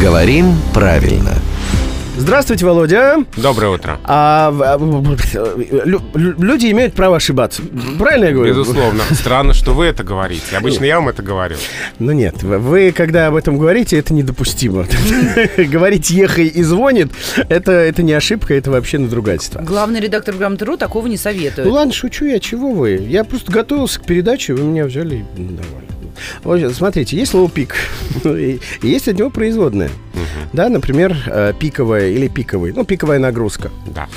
Говорим правильно. Здравствуйте, Володя. Доброе утро. А, в- а, в- в- лю- лю- люди имеют право ошибаться. Правильно я говорю? Безусловно. Странно, что вы это говорите. Обычно я вам это говорю. Ну нет, в- вы когда об этом говорите, это недопустимо. Говорить «ехай» и «звонит» — это это не ошибка, это вообще надругательство. Главный редактор «Грамоты.ру» такого не Ну советует. ладно, шучу я, чего вы? Я просто готовился к передаче, вы меня взяли и ну, давай. Вот сейчас, смотрите, есть слово «пик», и и есть от него производное. Да, например, э, пиковая или пиковый, ну, пиковая нагрузка. Да.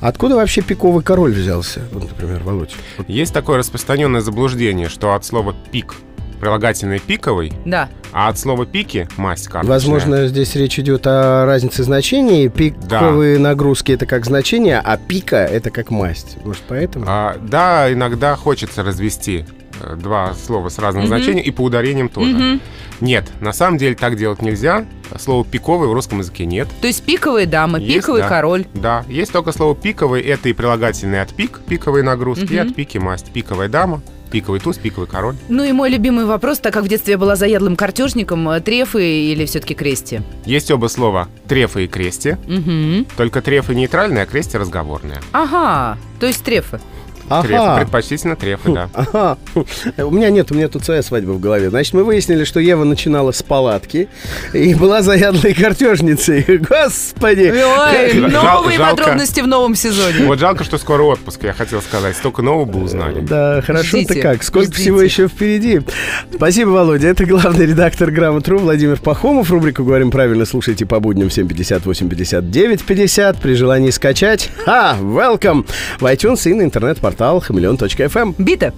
Откуда вообще пиковый король взялся? Вот, например, Володь. Есть такое распространенное заблуждение, что от слова «пик» прилагательное «пиковый», Да. а от слова «пики» — масть карточная. Возможно, здесь речь идет о разнице значений. Пиковые нагрузки это как значение, а пика это как масть. Может, поэтому? А, да, иногда хочется развести э, два слова с разным значением и по ударениям тоже. Нет, на самом деле так делать нельзя. Слово «пиковый» в русском языке нет. То есть пиковые дамы, Есть, пиковый да. король. Да, есть только слово «пиковый». Это и прилагательные от «пик», пиковые нагрузки, и от «пики» масть. Пиковая дама, пиковый туз, пиковый король. Ну и мой любимый вопрос, так как в детстве я была заядлым картежником, э, трефы или все-таки крести? Есть оба слова «трефы» и «крести». Мгм. Только «трефы» нейтральные, а «крести» разговорные. Ага, то есть трефы. Трефы, Ага. предпочтительно трефы, да. Ага. У меня нет, у меня тут своя свадьба в голове. Значит, мы выяснили, что Ева начинала с палатки и была заядлой картежницей. Господи! Жал- Ой, новые жалко. подробности в новом сезоне. Вот жалко, что скоро отпуск, я хотел сказать. Столько нового бы узнали. Да, хорошо-то Ждите, как. Сколько ждите. всего еще впереди. Спасибо, Володя. Это главный редактор «Грамотру» Владимир Пахомов. Рубрику «Говорим правильно» слушайте по будням 7.58, 59, 50. При желании скачать. А, welcome! В iTunes и на интернет-портал хамелеон.фм. Бита.